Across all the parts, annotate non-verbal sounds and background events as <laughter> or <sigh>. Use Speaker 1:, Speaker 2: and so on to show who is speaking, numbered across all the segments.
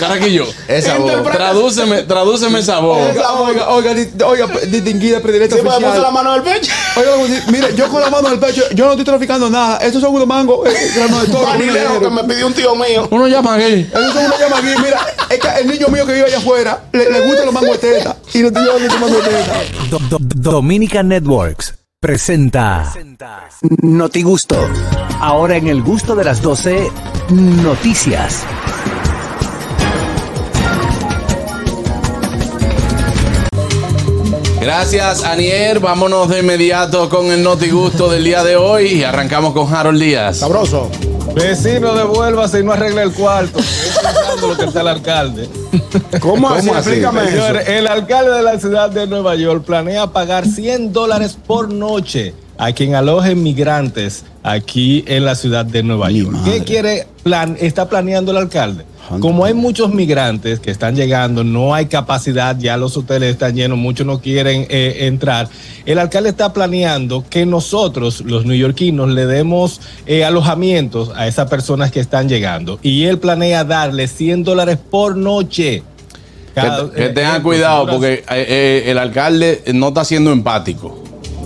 Speaker 1: Carraquillo.
Speaker 2: Esa voz.
Speaker 1: Tradúceme, tradúceme esa voz.
Speaker 2: Oiga, oiga, oiga, di- oiga, distinguida, predileta
Speaker 3: Sí, me
Speaker 2: oficial.
Speaker 3: puso la mano al pecho.
Speaker 2: Oiga, pues, mire, yo con la mano al pecho, yo no estoy traficando nada. Estos son unos mangos, eh, grano de toro,
Speaker 3: Panilero
Speaker 2: minero.
Speaker 3: que me pidió un tío mío.
Speaker 1: Uno llama aquí.
Speaker 2: Esos son unos llamaguí, mira, es que el niño mío que vive allá afuera, le, le gustan los mangos de teta. Y no estoy llevando los mangos de teta.
Speaker 4: Do- Do- Dominica Networks presenta Noti Gusto. Ahora en el gusto de las 12, noticias.
Speaker 1: Gracias, Anier. Vámonos de inmediato con el notigusto del día de hoy. Y arrancamos con Harold Díaz.
Speaker 3: Sabroso.
Speaker 5: Vecino, devuélvase y no arregle el cuarto. Estoy pensando lo que está el alcalde.
Speaker 3: ¿Cómo así?
Speaker 2: así?
Speaker 3: Explícame eso.
Speaker 5: Señores, el alcalde de la ciudad de Nueva York planea pagar 100 dólares por noche a quien aloje migrantes aquí en la ciudad de Nueva
Speaker 3: Mi
Speaker 5: York.
Speaker 3: madre.
Speaker 5: ¿Qué quiere plan está planeando el alcalde?
Speaker 3: Anda.
Speaker 5: Como hay muchos migrantes que están llegando, no hay capacidad, ya los hoteles están llenos, muchos no quieren eh, entrar. El alcalde está planeando que nosotros, los neoyorquinos, le demos eh, alojamientos a esas personas que están llegando. Y él planea darle 100 dólares por noche. Cada-
Speaker 1: Que, que
Speaker 5: eh,
Speaker 1: tengan
Speaker 5: eh,
Speaker 1: cuidado
Speaker 5: horas.
Speaker 1: porque eh, eh, el alcalde no está siendo empático.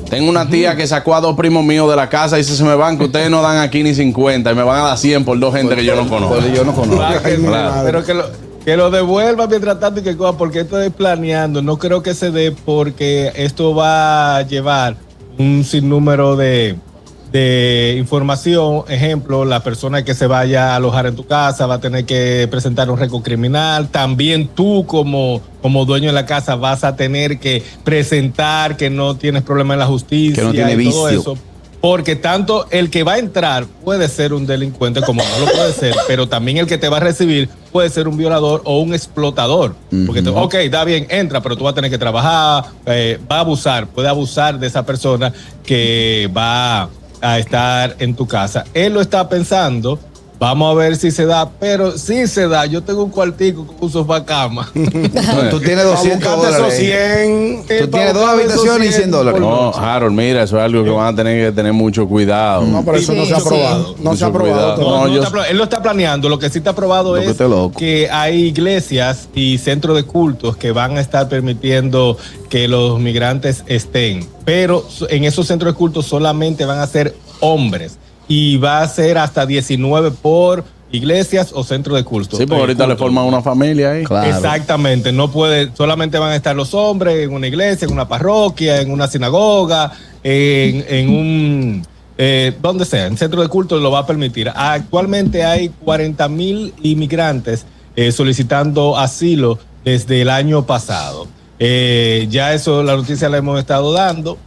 Speaker 1: Tengo una tía que sacó a dos primos míos de la casa y dice, se me van, que ustedes no dan aquí ni 50 y me van a dar 100 por dos gente que yo no conozco.
Speaker 2: Pero Pues yo no conozco.
Speaker 5: Va, que-
Speaker 1: claro.
Speaker 5: Pero que lo, que lo devuelva mientras tanto y que coja, porque esto es planeando. No creo que se dé porque esto va a llevar un sinnúmero de, de información. Ejemplo, la persona que se vaya a alojar en tu casa va a tener que presentar un récord criminal. También tú como, como dueño de la casa vas a tener que presentar que no tienes problema en la justicia
Speaker 2: Que no tiene
Speaker 5: y todo
Speaker 2: vicio.
Speaker 5: eso. Porque tanto el que va a entrar puede ser un delincuente como no lo puede
Speaker 2: <laughs>
Speaker 5: ser, pero también el que te va a recibir puede ser un violador o un explotador. Porque, te- ok, está bien, entra, pero tú vas a tener que trabajar, eh, va a abusar, puede abusar de esa persona que va a estar en tu casa. Él lo está pensando, vamos a ver si se da, pero si se da, yo tengo un cuartico con un sofá cama.
Speaker 3: <laughs>
Speaker 2: <laughs> Tú tienes
Speaker 3: Pa' buscarte
Speaker 2: 200
Speaker 3: esos eh,
Speaker 2: dólares.
Speaker 3: 100.
Speaker 2: Tú tienes dos habitaciones y 100 dólares.
Speaker 1: No, Harold, mira, eso es algo que van a tener que tener mucho cuidado.
Speaker 3: No, pero eso
Speaker 6: Sí,
Speaker 3: no se ha
Speaker 6: sí.
Speaker 3: probado. No se
Speaker 1: Mucho
Speaker 3: ha probado.
Speaker 1: cuidado.
Speaker 3: todavía.
Speaker 5: No,
Speaker 1: No,
Speaker 5: no
Speaker 1: yo-
Speaker 5: está apro- él lo está planeando. Lo que sí está aprobado
Speaker 2: Lo que
Speaker 5: es
Speaker 2: está loco.
Speaker 5: que hay iglesias y centros de cultos que van a estar permitiendo que los migrantes estén. Pero so- en esos centros de cultos solamente van a ser hombres. Y va a ser hasta 19 por iglesias o centros de culto.
Speaker 1: Sí, porque
Speaker 5: Eh,
Speaker 1: ahorita le
Speaker 5: culto.
Speaker 1: forman una familia ahí.
Speaker 2: Claro.
Speaker 5: Exactamente, no puede, solamente van a estar los hombres en una iglesia, en una parroquia, en una sinagoga, en, en un, eh, donde sea, en centro de culto lo va a permitir. Actualmente hay 40 mil inmigrantes eh, solicitando asilo desde el año pasado. Eh, ya eso, la noticia la hemos estado dando.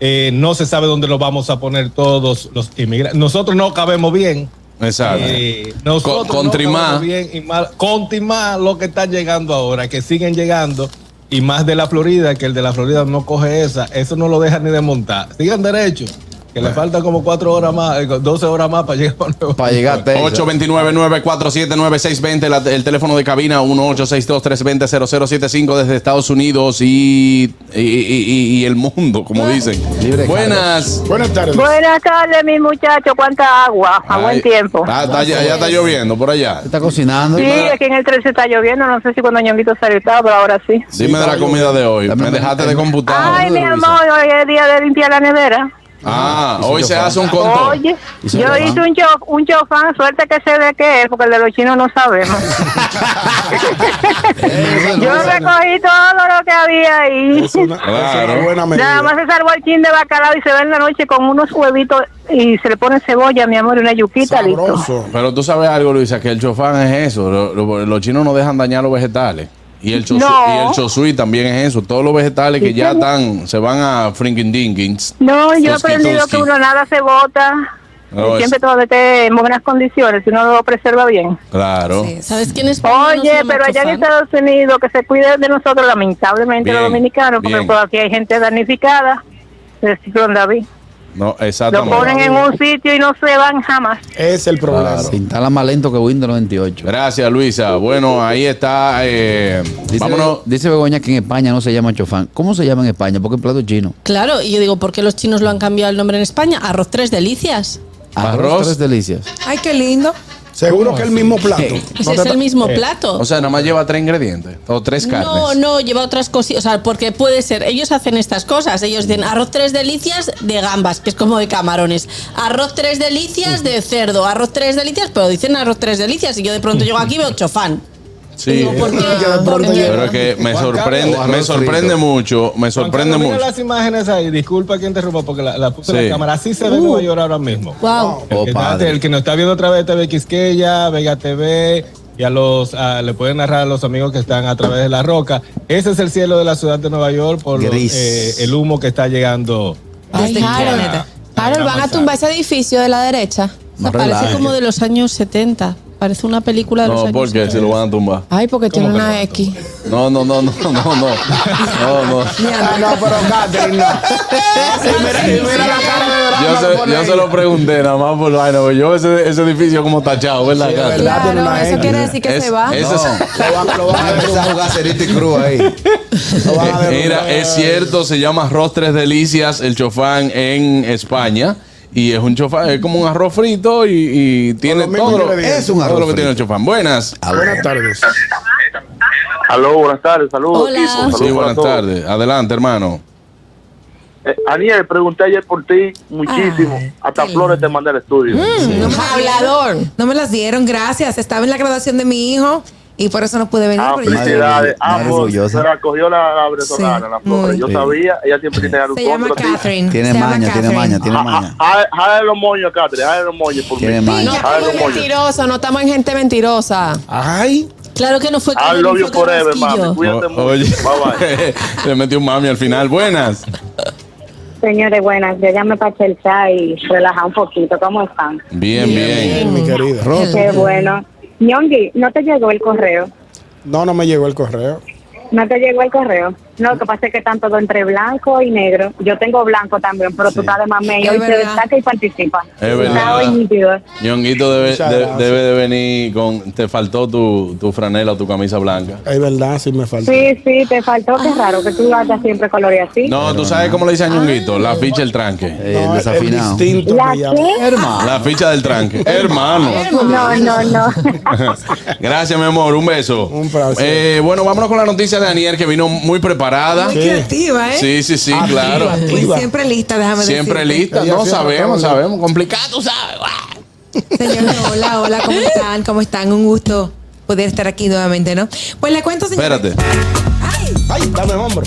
Speaker 5: Eh, no se sabe dónde los vamos a poner todos los inmigrantes. Nosotros no cabemos bien.
Speaker 1: Exacto.
Speaker 5: Eh, nosotros
Speaker 1: Con-
Speaker 5: no
Speaker 1: Contrimá.
Speaker 5: estamos bien y mal- Contrimá lo que está llegando ahora, que siguen llegando y más de la Florida, que el de la Florida no coge esa, eso no lo deja ni de montar. Sigan derecho, que le faltan como cuatro horas más, eh, 12 horas más para llegar a Nueva
Speaker 2: Para llegar a Texas.
Speaker 1: 829-947-9620, la- el teléfono de cabina 1862-320-0075 desde Estados Unidos y, y, y- y el mundo,
Speaker 7: Ah.
Speaker 1: como dicen.
Speaker 2: Libre de
Speaker 1: Buenas.
Speaker 3: Buenas tardes.
Speaker 7: Buenas tardes, mis muchachos. ¿Cuánta agua? A
Speaker 1: Ay,
Speaker 7: buen tiempo.
Speaker 1: ah, está- ya, ya está lloviendo por allá.
Speaker 2: Está cocinando.
Speaker 7: Sí, aquí en el tren se está lloviendo. No sé si cuando Ñonguito salió estaba, pero ahora sí.
Speaker 1: Dime de la comida de hoy.
Speaker 2: Dame
Speaker 1: Me
Speaker 2: una-
Speaker 1: dejaste de computar.
Speaker 7: Ay, mi amor, hoy es día de limpiar la nevera.
Speaker 1: Ah,
Speaker 2: Y se
Speaker 1: hoy se
Speaker 2: chofán.
Speaker 1: hace un contó.
Speaker 7: Oye,
Speaker 2: Y se
Speaker 7: yo
Speaker 2: lo
Speaker 7: hice
Speaker 2: van.
Speaker 7: un, chof, un chofán, suerte que sé de qué es, porque el de los chinos no
Speaker 3: <laughs>
Speaker 7: sabemos. yo recogí todo lo que había ahí.
Speaker 3: Eh, Es una,
Speaker 1: Claro.
Speaker 3: es una buena
Speaker 7: Nada
Speaker 3: medida.
Speaker 7: más se salvó el chin de bacalao y se ve en la noche con unos huevitos y se le pone cebolla, mi amor, y una yuquita, listo.
Speaker 3: Sabroso.
Speaker 1: <laughs> Pero tú sabes algo, Luisa, que el chofán es eso. Lo- lo- los chinos no dejan dañar los vegetales. Y el, chosu-
Speaker 7: No.
Speaker 1: y el chosui también es eso. Todos los vegetales que ya están, se van a frinking dinkins.
Speaker 7: No, yo he
Speaker 1: Toski,
Speaker 7: aprendido
Speaker 1: toski.
Speaker 7: que uno nada se bota.
Speaker 1: No,
Speaker 7: y siempre
Speaker 1: es-
Speaker 7: todo esté en buenas condiciones, si uno lo preserva bien.
Speaker 1: Claro.
Speaker 6: Sí, ¿Sabes quién es?
Speaker 7: Oye, pero allá en Estados Unidos, que se cuide de nosotros, lamentablemente,
Speaker 1: Bien,
Speaker 7: los dominicanos, porque
Speaker 1: bien.
Speaker 7: por aquí hay gente damnificada del ciclón David.
Speaker 1: No,
Speaker 7: Lo
Speaker 1: exactamente.
Speaker 7: ponen en un sitio y no se van jamás.
Speaker 3: Es el problema.
Speaker 2: Instala más lento que Windows 98.
Speaker 1: Gracias, Luisa. Bueno, ahí está. eh,
Speaker 2: Dice,
Speaker 1: vámonos.
Speaker 2: dice Begoña que en España no se llama chofán. ¿Cómo se llama en España? Porque el plato es chino.
Speaker 6: Claro, y yo digo, ¿por qué los chinos lo han cambiado el nombre en España? Arroz tres delicias.
Speaker 1: Arroz.
Speaker 2: Arroz tres delicias.
Speaker 8: Ay, qué lindo.
Speaker 3: Seguro que el mismo plato.
Speaker 6: <laughs>
Speaker 3: Eh.
Speaker 6: Ese es el mismo plato.
Speaker 1: O sea, nada más lleva tres ingredientes o tres carnes.
Speaker 6: No, no, lleva otras cositas. O sea, porque puede ser. Ellos hacen estas cosas. Ellos
Speaker 1: Mm.
Speaker 6: dicen arroz tres delicias de gambas, que es como de camarones. Arroz tres delicias de cerdo. Arroz tres delicias, pero dicen arroz tres delicias. Y yo de pronto llego aquí y veo chofán. Y
Speaker 1: Sí.
Speaker 6: digo, ¿por qué?
Speaker 3: que de pronto
Speaker 6: ¿Dónde
Speaker 1: Pero
Speaker 6: lleva?
Speaker 1: es que me
Speaker 5: Juan Carlos,
Speaker 1: sorprende,
Speaker 3: arroz
Speaker 1: me sorprende
Speaker 3: frito.
Speaker 1: mucho, me sorprende
Speaker 5: Juan Carlos,
Speaker 1: mucho.
Speaker 5: Mira las imágenes ahí, disculpa que interrumpa porque la, la puse
Speaker 1: Sí.
Speaker 5: en la cámara. Así se ve Nueva York ahora mismo.
Speaker 6: Wow.
Speaker 5: El,
Speaker 1: Oh,
Speaker 5: que
Speaker 1: padre.
Speaker 5: está- el que nos está viendo otra vez TV Quisqueya, Vega TV y a los a- le pueden narrar a los amigos que están a través de la roca. Ese es el cielo de la ciudad de Nueva York por los,
Speaker 2: Gris.
Speaker 5: eh, el humo que está llegando.
Speaker 9: Ay,
Speaker 5: aquí a-
Speaker 9: Harold.
Speaker 5: a-
Speaker 9: Harold,
Speaker 5: la
Speaker 9: van a
Speaker 5: manzana.
Speaker 9: tumbar ese edificio de la derecha.
Speaker 6: O sea, parece como de los años 70. Parece una película de los
Speaker 1: No,
Speaker 6: años
Speaker 1: porque se lo van a tumbar.
Speaker 9: Ay, porque tiene
Speaker 5: que lo
Speaker 9: una
Speaker 5: van a
Speaker 9: X.
Speaker 1: No, no, no, no, no,
Speaker 9: <laughs>
Speaker 1: no. No, no.
Speaker 3: Ah, no, pero <laughs> Catherine, no. Y mira, y mira la cara de drama
Speaker 1: Yo
Speaker 3: que
Speaker 1: se,
Speaker 3: pone
Speaker 1: yo
Speaker 3: ahí.
Speaker 1: se lo pregunté nada más por vaina, porque yo ese, ese edificio como tachado, ¿verdad?
Speaker 3: Sí, es
Speaker 1: Cata?
Speaker 3: verdad. tiene
Speaker 9: Claro,
Speaker 3: una
Speaker 9: eso
Speaker 3: X.
Speaker 9: quiere decir que
Speaker 1: Es-
Speaker 9: se va.
Speaker 1: ese es-
Speaker 3: Lo van, lo van a ver
Speaker 2: empezar a jugar cerito y cruz ahí.
Speaker 3: Lo van a ver
Speaker 1: Mira, es cierto, se llama arroz tres delicias el chofán en España. Y es un chofán, es como un arroz frito y, y tiene
Speaker 3: los mismos
Speaker 1: todo lo,
Speaker 3: ingredientes.
Speaker 1: es un arroz todo lo que tiene el chofán. Buenas.
Speaker 3: Buenas tardes.
Speaker 10: Aló, buenas tardes, saludos.
Speaker 6: Hola.
Speaker 10: equipo, saludos
Speaker 1: Sí, buenas
Speaker 10: para todos.
Speaker 1: tardes. Adelante, hermano.
Speaker 10: Eh, Aniel, pregunté ayer por ti muchísimo.
Speaker 9: Ay,
Speaker 10: Hasta
Speaker 9: qué
Speaker 10: flores te mandé al estudio.
Speaker 9: Mm,
Speaker 10: Ah,
Speaker 9: No me las
Speaker 6: Hablador.
Speaker 9: dieron. No me las dieron, gracias. Estaba en la graduación de mi hijo y por eso no pude venir.
Speaker 10: Ah,
Speaker 9: pero yo-
Speaker 2: felicidades.
Speaker 10: felicidades.
Speaker 2: Madre
Speaker 10: Ambos.
Speaker 2: orgullosa.
Speaker 10: Se la cogió la, la venezolana,
Speaker 9: Sí,
Speaker 10: la flores. Yo
Speaker 2: muy.
Speaker 10: sabía, ella siempre tiene algo
Speaker 9: se llama
Speaker 10: contra ti.
Speaker 9: Catherine.
Speaker 2: Tiene
Speaker 9: se llama
Speaker 2: maña, tiene
Speaker 9: Catherine.
Speaker 2: maña, tiene
Speaker 10: Ja-
Speaker 2: maña.
Speaker 10: ja- ja- Jale los moños, Catherine, jale los moños por
Speaker 2: Tiene
Speaker 10: mí.
Speaker 9: Sí,
Speaker 2: maña.
Speaker 9: ya
Speaker 10: Ay,
Speaker 9: como
Speaker 10: coño.
Speaker 9: mentiroso, no estamos en gente mentirosa.
Speaker 3: Ay,
Speaker 6: Claro que no
Speaker 1: Ah,
Speaker 6: fue
Speaker 10: I love you
Speaker 6: fue
Speaker 10: forever,
Speaker 6: Carrasquillo.
Speaker 10: mami. Cuídate
Speaker 1: O-
Speaker 10: mucho.
Speaker 1: oye,
Speaker 10: Bye bye.
Speaker 1: <laughs> le metió un mami al final. Buenas.
Speaker 11: Señores, buenas, yo llamé para Chelcha y relajar un poquito. ¿Cómo están?
Speaker 1: Bien, bien.
Speaker 3: mi querida.
Speaker 11: Qué bueno. Ñongi, ¿no te llegó el correo?
Speaker 3: No, no me llegó el correo.
Speaker 11: ¿No te llegó el correo? No, lo que pasa es que están todo entre blanco y negro. Yo tengo blanco también, pero tú estás de mamey.
Speaker 9: Es
Speaker 11: Hoy
Speaker 9: verdad.
Speaker 11: se destaca y participa.
Speaker 1: Es verdad.
Speaker 11: Está hoy nítido.
Speaker 1: Ñonguito debe,
Speaker 3: Muchas
Speaker 1: de-
Speaker 3: gracias.
Speaker 1: debe de venir con. Te faltó tu, tu franela o tu camisa blanca.
Speaker 3: Es verdad, sí me faltó.
Speaker 11: Sí, sí, te faltó. Qué raro que tú vayas siempre coloreado así.
Speaker 1: No, tú sabes cómo le dice a Ñonguito. La ficha del tranque.
Speaker 2: Eh, el
Speaker 3: No, el
Speaker 4: Ah.
Speaker 2: desafinado.
Speaker 3: instinto
Speaker 11: ¿La
Speaker 3: me llama.
Speaker 11: qué?
Speaker 2: Hermano.
Speaker 1: La ficha del tranque.
Speaker 11: <laughs>
Speaker 1: Hermano.
Speaker 11: No, no, no.
Speaker 1: <laughs> Gracias, mi amor. Un beso.
Speaker 3: Un placer.
Speaker 1: Eh, bueno, vámonos con la noticia de Aniel, que vino muy preparada.
Speaker 9: Muy creativa, ¿eh?
Speaker 1: Sí, sí, sí,
Speaker 3: Activa,
Speaker 1: claro.
Speaker 9: Muy
Speaker 3: activa.
Speaker 9: siempre lista, déjame
Speaker 1: Siempre
Speaker 9: decirte.
Speaker 1: lista.
Speaker 3: Ella
Speaker 1: No,
Speaker 3: siempre
Speaker 1: sabemos,
Speaker 3: está hablando.
Speaker 1: sabemos. Complicado, ¿sabes? Ah.
Speaker 9: Señores, hola, hola,
Speaker 1: <laughs>
Speaker 9: ¿cómo están? ¿Cómo están? Un gusto poder estar aquí nuevamente, ¿no? Pues le cuento,
Speaker 1: <laughs>
Speaker 9: señores.
Speaker 1: Espérate.
Speaker 3: Ay, dame hombro.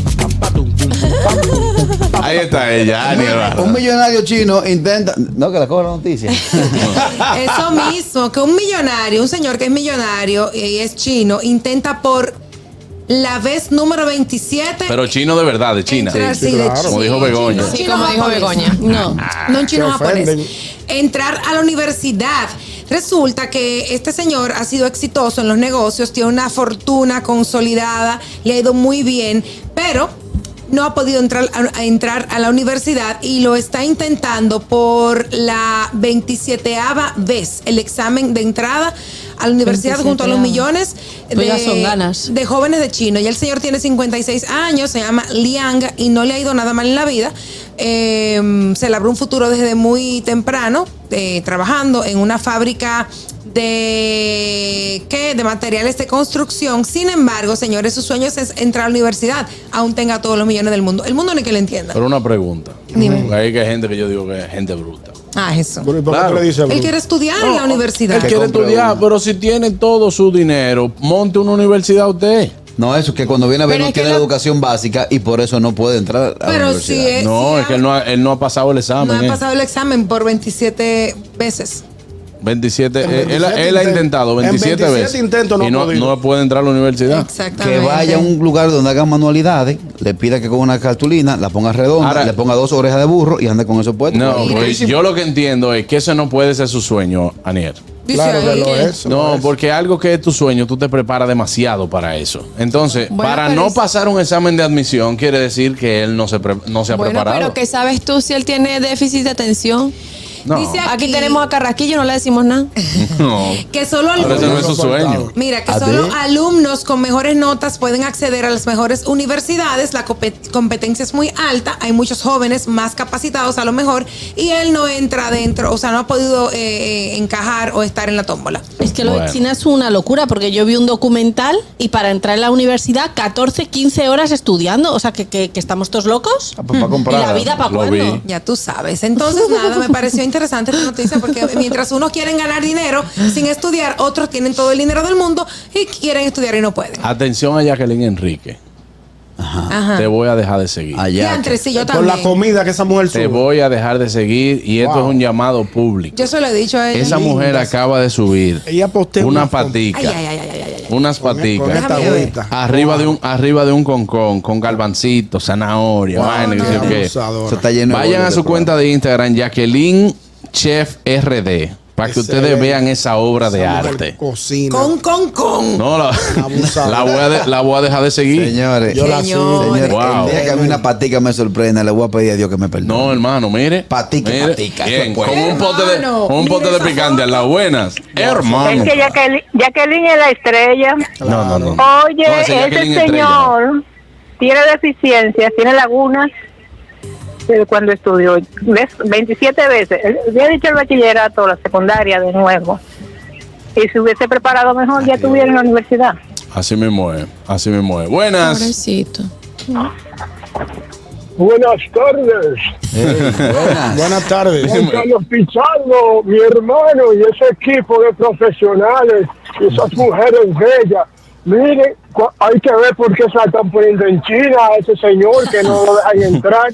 Speaker 1: Ahí está ella,
Speaker 2: Un
Speaker 1: Aniel.
Speaker 2: millonario chino intenta. No, que la coja la <laughs> noticia.
Speaker 9: Eso mismo, que un millonario, un señor que es millonario y es chino, intenta por la vez número 27.
Speaker 1: Pero chino de verdad, de China.
Speaker 9: entrar- sí, de
Speaker 3: claro.
Speaker 1: Como
Speaker 9: chino,
Speaker 1: dijo Begoña.
Speaker 9: chino,
Speaker 6: Sí,
Speaker 9: chino
Speaker 6: como dijo
Speaker 9: japonés.
Speaker 6: Begoña. No.
Speaker 9: no un chino
Speaker 3: Ah, Se
Speaker 9: japonés.
Speaker 3: ofenden.
Speaker 9: Entrar a la universidad. Resulta que este señor ha sido exitoso en los negocios, tiene una fortuna consolidada, le ha ido muy bien, pero no ha podido entrar a, a entrar a la universidad y lo está intentando por la 27 vez, el examen de entrada a la universidad junto a los
Speaker 6: 27ª.
Speaker 9: millones de,
Speaker 6: Pues ya son ganas.
Speaker 9: de jóvenes de chino. Y el señor tiene 56 años, se llama Liang y no le ha ido nada mal en la vida. Eh, se labró un futuro desde muy temprano, eh, trabajando en una fábrica de ¿qué? de materiales de construcción. Sin embargo, señores, sus sueños es entrar a la universidad, aún tenga todos los millones del mundo. El mundo ni que le entienda.
Speaker 1: Pero una pregunta.
Speaker 9: Dime.
Speaker 1: Porque Hay que hay gente que yo digo que es gente bruta.
Speaker 9: Ah, eso.
Speaker 3: Pero, ¿y por qué
Speaker 1: Claro.
Speaker 3: tú le dices
Speaker 9: Él
Speaker 3: bruto?
Speaker 9: quiere estudiar en la universidad.
Speaker 1: Él quiere
Speaker 2: compre
Speaker 1: estudiar,
Speaker 2: una.
Speaker 1: pero si tiene todo su dinero, monte una universidad usted.
Speaker 2: No, eso que cuando viene a ver
Speaker 9: Pero
Speaker 2: no
Speaker 9: es que
Speaker 2: tiene
Speaker 9: lo-
Speaker 2: educación básica y por eso no puede entrar a la
Speaker 9: Pero sí
Speaker 2: universidad.
Speaker 9: Eh,
Speaker 1: no,
Speaker 9: sí,
Speaker 1: es que él no, ha, él no ha pasado el
Speaker 9: No
Speaker 1: examen.
Speaker 9: ha
Speaker 1: eh.
Speaker 9: pasado el examen por 27 veces.
Speaker 1: 27,
Speaker 3: En
Speaker 1: eh, él,
Speaker 3: 27
Speaker 1: él ha
Speaker 3: intent-
Speaker 1: intentado
Speaker 3: en
Speaker 1: 27,
Speaker 3: 27
Speaker 1: veces.
Speaker 3: intentos no
Speaker 1: y
Speaker 3: ha
Speaker 1: no,
Speaker 3: podido.
Speaker 1: no puede entrar a la universidad.
Speaker 9: Exactamente.
Speaker 2: Que vaya a un lugar donde hagan manualidades, le pida que con una cartulina la ponga redonda,
Speaker 1: Ahora-
Speaker 2: le ponga dos orejas de burro y ande con eso puesto.
Speaker 1: No,
Speaker 9: Mira.
Speaker 1: porque yo lo que entiendo es que eso no puede ser su sueño, Aniel.
Speaker 9: Dice
Speaker 3: Claro que
Speaker 9: ahí
Speaker 3: lo
Speaker 9: que-
Speaker 3: es. eso
Speaker 1: No,
Speaker 3: es.
Speaker 1: porque algo que es tu sueño, tú te preparas demasiado para eso. Entonces,
Speaker 9: Bueno,
Speaker 1: para
Speaker 9: pero
Speaker 1: no
Speaker 9: es-
Speaker 1: pasar un examen de admisión, quiere decir que él no se, pre- no se ha
Speaker 9: Bueno,
Speaker 1: preparado.
Speaker 9: pero ¿qué sabes tú si él tiene déficit de atención?
Speaker 1: No.
Speaker 9: Dice aquí,
Speaker 4: Aquí tenemos a Carrasquillo, no le decimos nada.
Speaker 1: <laughs> No.
Speaker 9: que solo
Speaker 1: Ah, Pero ese no es
Speaker 9: alumnos,
Speaker 1: su sueño.
Speaker 9: mira, que
Speaker 2: A
Speaker 9: solo
Speaker 2: ver.
Speaker 9: alumnos con mejores notas pueden acceder a las mejores universidades, la compe- competencia es muy alta, hay muchos jóvenes más capacitados a lo mejor y él no entra dentro, o sea, no ha podido eh, eh, encajar o estar en la tómbola.
Speaker 6: Es que lo
Speaker 1: Bueno.
Speaker 6: de China es una locura, porque yo vi un documental y para entrar en la universidad 14, 15 horas estudiando. O sea, que, que- que estamos todos locos.
Speaker 1: Ah, pues pa'
Speaker 6: ¿Y
Speaker 1: comprar,
Speaker 6: la vida para
Speaker 1: lo
Speaker 6: cuándo?
Speaker 1: vi.
Speaker 9: Ya tú sabes. Pues Entonces, nada, me pareció interesante esta noticia
Speaker 6: <laughs>
Speaker 9: porque mientras unos quieren ganar dinero sin estudiar, otros tienen todo el dinero del mundo y quieren estudiar y no pueden.
Speaker 1: Atención a Jacqueline Enrique.
Speaker 9: Ajá.
Speaker 1: Ah, Te voy a dejar de seguir.
Speaker 9: Y
Speaker 3: Allá.
Speaker 9: entre sí, yo
Speaker 3: Con
Speaker 9: también.
Speaker 3: la comida que esa mujer
Speaker 1: Te
Speaker 3: sube.
Speaker 1: voy a dejar de seguir y esto
Speaker 3: Wow.
Speaker 1: es un llamado público.
Speaker 9: Yo se lo he dicho a ella.
Speaker 1: Esa
Speaker 3: Lindas.
Speaker 1: mujer acaba de subir
Speaker 3: Ella postea
Speaker 1: una
Speaker 3: unas com-
Speaker 1: patica,
Speaker 9: Ay, ay, ay, ay, ay, ay, ay.
Speaker 1: unas
Speaker 3: Con- con
Speaker 1: paticas
Speaker 3: esta
Speaker 9: Déjame ver.
Speaker 3: agüita.
Speaker 1: arriba de un arriba de un concón con galvancito, zanahoria,
Speaker 3: Wow,
Speaker 1: vaina,
Speaker 3: qué
Speaker 1: y qué sé yo qué.
Speaker 3: abusadora.
Speaker 4: Eso está lleno de
Speaker 1: Vayan
Speaker 4: bolas
Speaker 1: a
Speaker 4: de
Speaker 1: su cuenta de Instagram Jacqueline Chef RD para que ustedes
Speaker 3: Excelente.
Speaker 1: vean esa obra de
Speaker 3: Esa mujer
Speaker 1: arte.
Speaker 3: Cocina.
Speaker 9: Con, con, con.
Speaker 1: No, la,
Speaker 3: Abusadora.
Speaker 1: la voy a de- la voy a dejar de seguir.
Speaker 4: Señores,
Speaker 3: Yo la sigo.
Speaker 4: señores,
Speaker 1: Wow.
Speaker 4: el día que a mí una patica me sorprenda, le voy a pedir a Dios que me perdone.
Speaker 1: No, hermano, mire.
Speaker 4: Patica,
Speaker 1: Mire,
Speaker 4: patica,
Speaker 1: bien,
Speaker 4: eso es
Speaker 1: con
Speaker 4: bueno.
Speaker 1: un pote de,
Speaker 9: Hermano,
Speaker 1: con un
Speaker 9: mira
Speaker 1: pote de
Speaker 9: esa
Speaker 1: picante,
Speaker 9: foto.
Speaker 1: las buenas. Hermano.
Speaker 11: Es que Jacqueline, Jacqueline es la estrella.
Speaker 1: No, no, no.
Speaker 11: Oye,
Speaker 1: No, ese
Speaker 11: ese
Speaker 1: Jacqueline Estrella,
Speaker 11: señor tiene deficiencias, tiene lagunas. Pero cuando estudió, ¿ves? 27 veces. Él Había dicho el bachillerato, la secundaria de nuevo. Y si hubiese preparado mejor, ya estuviera en la universidad.
Speaker 1: Así mismo es, así mismo es. Buenas.
Speaker 4: Pobrecito.
Speaker 10: Buenas tardes.
Speaker 4: Buenas.
Speaker 3: Buenas tardes.
Speaker 10: Juan Carlos Pichardo, mi hermano y ese equipo de profesionales y esas mujeres bellas. Miren, cu- hay que ver por qué se la están poniendo en China a ese señor que no lo dejan entrar.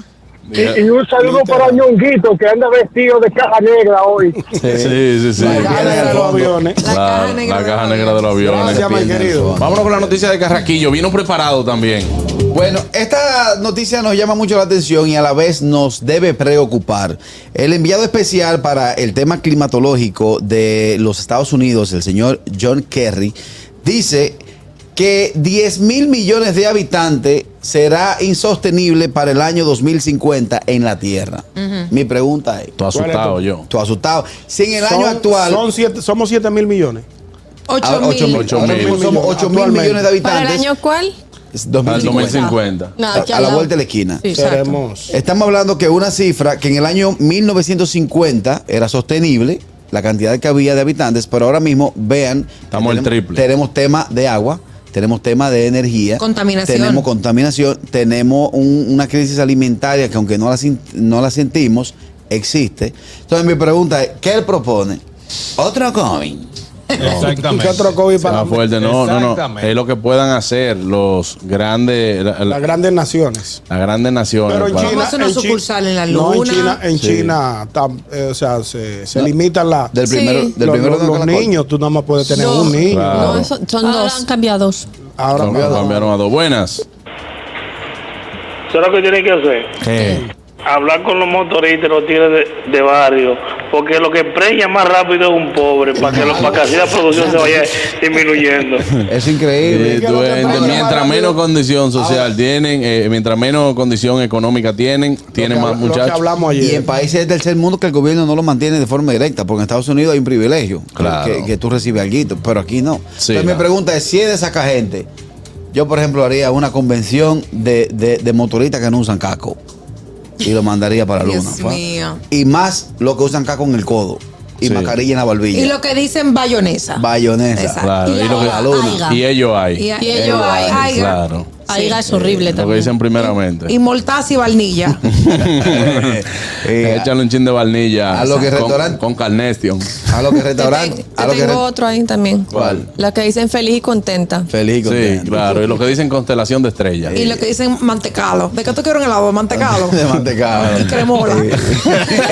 Speaker 10: Y, y un saludo para Ñonguito que anda vestido de caja negra hoy.
Speaker 1: Sí, sí, sí.
Speaker 3: La cara de los aviones.
Speaker 9: La
Speaker 1: La,
Speaker 9: caja negra
Speaker 1: la
Speaker 9: de
Speaker 1: caja
Speaker 9: los
Speaker 1: negra de los aviones.
Speaker 3: Gracias, mi querido.
Speaker 1: Vámonos con la noticia de Carraquillo. Vino preparado también.
Speaker 4: Bueno, esta noticia nos llama mucho la atención y a la vez nos debe preocupar. El enviado especial para el tema climatológico de los Estados Unidos, el señor John Kerry, dice que 10 mil millones de habitantes será insostenible para el año 2050 en la Tierra. Mi pregunta es,
Speaker 1: Estoy asustado
Speaker 3: ¿Cuál
Speaker 1: yo.
Speaker 4: ¿tú asustado? Si en el año
Speaker 3: Son-
Speaker 4: actual...
Speaker 3: son siete- somos 7 mil millones.
Speaker 9: Ocho
Speaker 4: Ah, ocho
Speaker 9: mil.
Speaker 4: mil.
Speaker 1: Ocho
Speaker 4: Ahora
Speaker 1: mil.
Speaker 4: mismo Somos 8 mil
Speaker 3: Actualmente.
Speaker 4: millones de habitantes. habitantes. ¿Para
Speaker 6: ¿Para el año cuál?
Speaker 1: Al 2050.
Speaker 6: No,
Speaker 4: A-
Speaker 6: aquí
Speaker 4: a
Speaker 6: al
Speaker 4: la
Speaker 6: lado.
Speaker 4: vuelta de la esquina.
Speaker 6: Sí, exacto.
Speaker 3: Seremos.
Speaker 4: Estamos hablando que una cifra que en el año 1950 era sostenible, la cantidad que había de habitantes, pero ahora mismo vean.
Speaker 1: Estamos
Speaker 4: que
Speaker 1: el
Speaker 4: tenemos-
Speaker 1: triple.
Speaker 4: Tenemos tema de agua, tenemos tema de energía.
Speaker 9: Contaminación.
Speaker 4: Tenemos contaminación, tenemos un- una crisis alimentaria que aunque no la, sin- no la sentimos, existe. Entonces mi pregunta es, ¿qué él propone? Otro COVID.
Speaker 5: Exactamente.
Speaker 3: ¿Qué otro COVID para
Speaker 1: Más fuerte, no, no, no.
Speaker 5: Exactamente.
Speaker 1: Es lo que puedan hacer los grandes, la- la-
Speaker 3: las grandes naciones?
Speaker 1: las grandes naciones.
Speaker 3: Pero en
Speaker 1: para-
Speaker 3: China.
Speaker 9: Vamos a una
Speaker 3: en Chi-
Speaker 9: sucursal en la
Speaker 3: No, en
Speaker 9: luna.
Speaker 3: China, en
Speaker 1: Sí.
Speaker 3: China tam- eh, o sea, se, se
Speaker 4: No.
Speaker 3: limitan la,
Speaker 4: Del Sí. primero, del
Speaker 3: los,
Speaker 4: primero
Speaker 3: los-
Speaker 4: de
Speaker 3: los
Speaker 4: Coca-Cola.
Speaker 3: niños. Tú nada más puedes tener
Speaker 4: No.
Speaker 3: un niño.
Speaker 1: Claro.
Speaker 4: No, son, son
Speaker 6: Ahora
Speaker 4: dos.
Speaker 6: han cambiado dos.
Speaker 3: Ahora
Speaker 1: Cambiaron, cambiaron a dos. Buenas.
Speaker 10: Eso es lo que tienen que hacer. Hablar con los motoristas, los tigres de, de barrio, porque lo que preña más rápido es un pobre, para que, lo- para que así la producción se vaya disminuyendo.
Speaker 4: Es increíble.
Speaker 1: Eh,
Speaker 3: que lo que
Speaker 1: duende,
Speaker 3: traiga
Speaker 1: mientras
Speaker 3: más
Speaker 1: menos
Speaker 3: rápido.
Speaker 1: condición social tienen, eh, mientras menos condición económica tienen, tienen
Speaker 3: Lo que
Speaker 1: más
Speaker 3: habla- lo que
Speaker 1: muchachos.
Speaker 3: hablamos
Speaker 4: Y
Speaker 3: ayer.
Speaker 4: en países del tercer mundo que el gobierno no lo mantiene de forma directa, porque en Estados Unidos hay un privilegio que-
Speaker 1: Claro.
Speaker 4: que, que tú recibes algo, pero aquí no.
Speaker 1: Sí,
Speaker 4: Entonces
Speaker 1: claro.
Speaker 4: mi pregunta es, si es de saca gente, yo por ejemplo haría una convención de, de- de motoristas que no usan casco y lo mandaría para la
Speaker 9: Dios
Speaker 4: luna. ¿fa?
Speaker 9: mío.
Speaker 4: Y más los que usan casco en el codo y
Speaker 1: Sí.
Speaker 4: mascarilla en la
Speaker 9: Y
Speaker 4: barbilla.
Speaker 9: lo que dicen bayonesa.
Speaker 4: Bayonesa.
Speaker 9: Exacto.
Speaker 1: Claro, y, lo que-
Speaker 6: Aiga, aiga.
Speaker 1: y ellos hay.
Speaker 9: Y,
Speaker 6: Y
Speaker 9: ellos,
Speaker 6: ellos
Speaker 9: ay,
Speaker 4: hay,
Speaker 9: ay,
Speaker 1: Claro.
Speaker 6: Aiga es
Speaker 1: Lo
Speaker 6: horrible
Speaker 1: que
Speaker 6: también.
Speaker 9: <laughs>
Speaker 1: dicen primeramente. <laughs>
Speaker 9: Y Moltaz y Valnilla.
Speaker 4: Eh,
Speaker 1: Échale un chin de vainilla.
Speaker 4: A lo que
Speaker 1: con,
Speaker 4: restaurante-
Speaker 1: Con carnation.
Speaker 4: A lo que Te restaurante. te a lo que re- re- ¿Cuál? re- Feliz y y contento. otro ahí también. La que dicen feliz y
Speaker 1: Sí,
Speaker 4: contento.
Speaker 1: claro. Y lo que dicen constelación de estrellas.
Speaker 9: y lo que dicen mantecalo. ¿De qué tú quieres un
Speaker 1: <laughs>
Speaker 9: helado? Mantecalo. <laughs>
Speaker 4: De mantecado.
Speaker 9: Y cremola.
Speaker 4: <laughs>
Speaker 9: <laughs>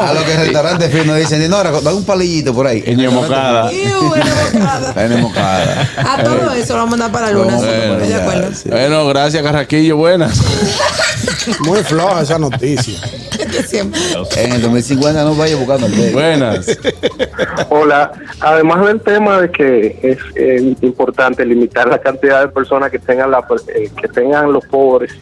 Speaker 4: A lo que
Speaker 1: <laughs>
Speaker 4: el restaurante fino dicen, no, ahora dame un palillito por ahí.
Speaker 1: En Ñemocada.
Speaker 9: Iu, era bocada.
Speaker 4: En Ñemocada.
Speaker 9: A todo eso lo vamos a mandar para la luna.
Speaker 4: Bueno,
Speaker 9: ¿Estás de
Speaker 4: ya,
Speaker 9: acuerdo?
Speaker 4: sí.
Speaker 1: Bueno, gracias, Carraquillo. Buenas.
Speaker 3: Muy floja esa noticia.
Speaker 9: Que <laughs> siempre.
Speaker 4: En el 2050 no vaya buscando el dedo.
Speaker 1: Buenas.
Speaker 4: <laughs>
Speaker 10: Hola, además del tema de que es eh, importante limitar la cantidad de personas que tengan la, eh, que tengan los pobres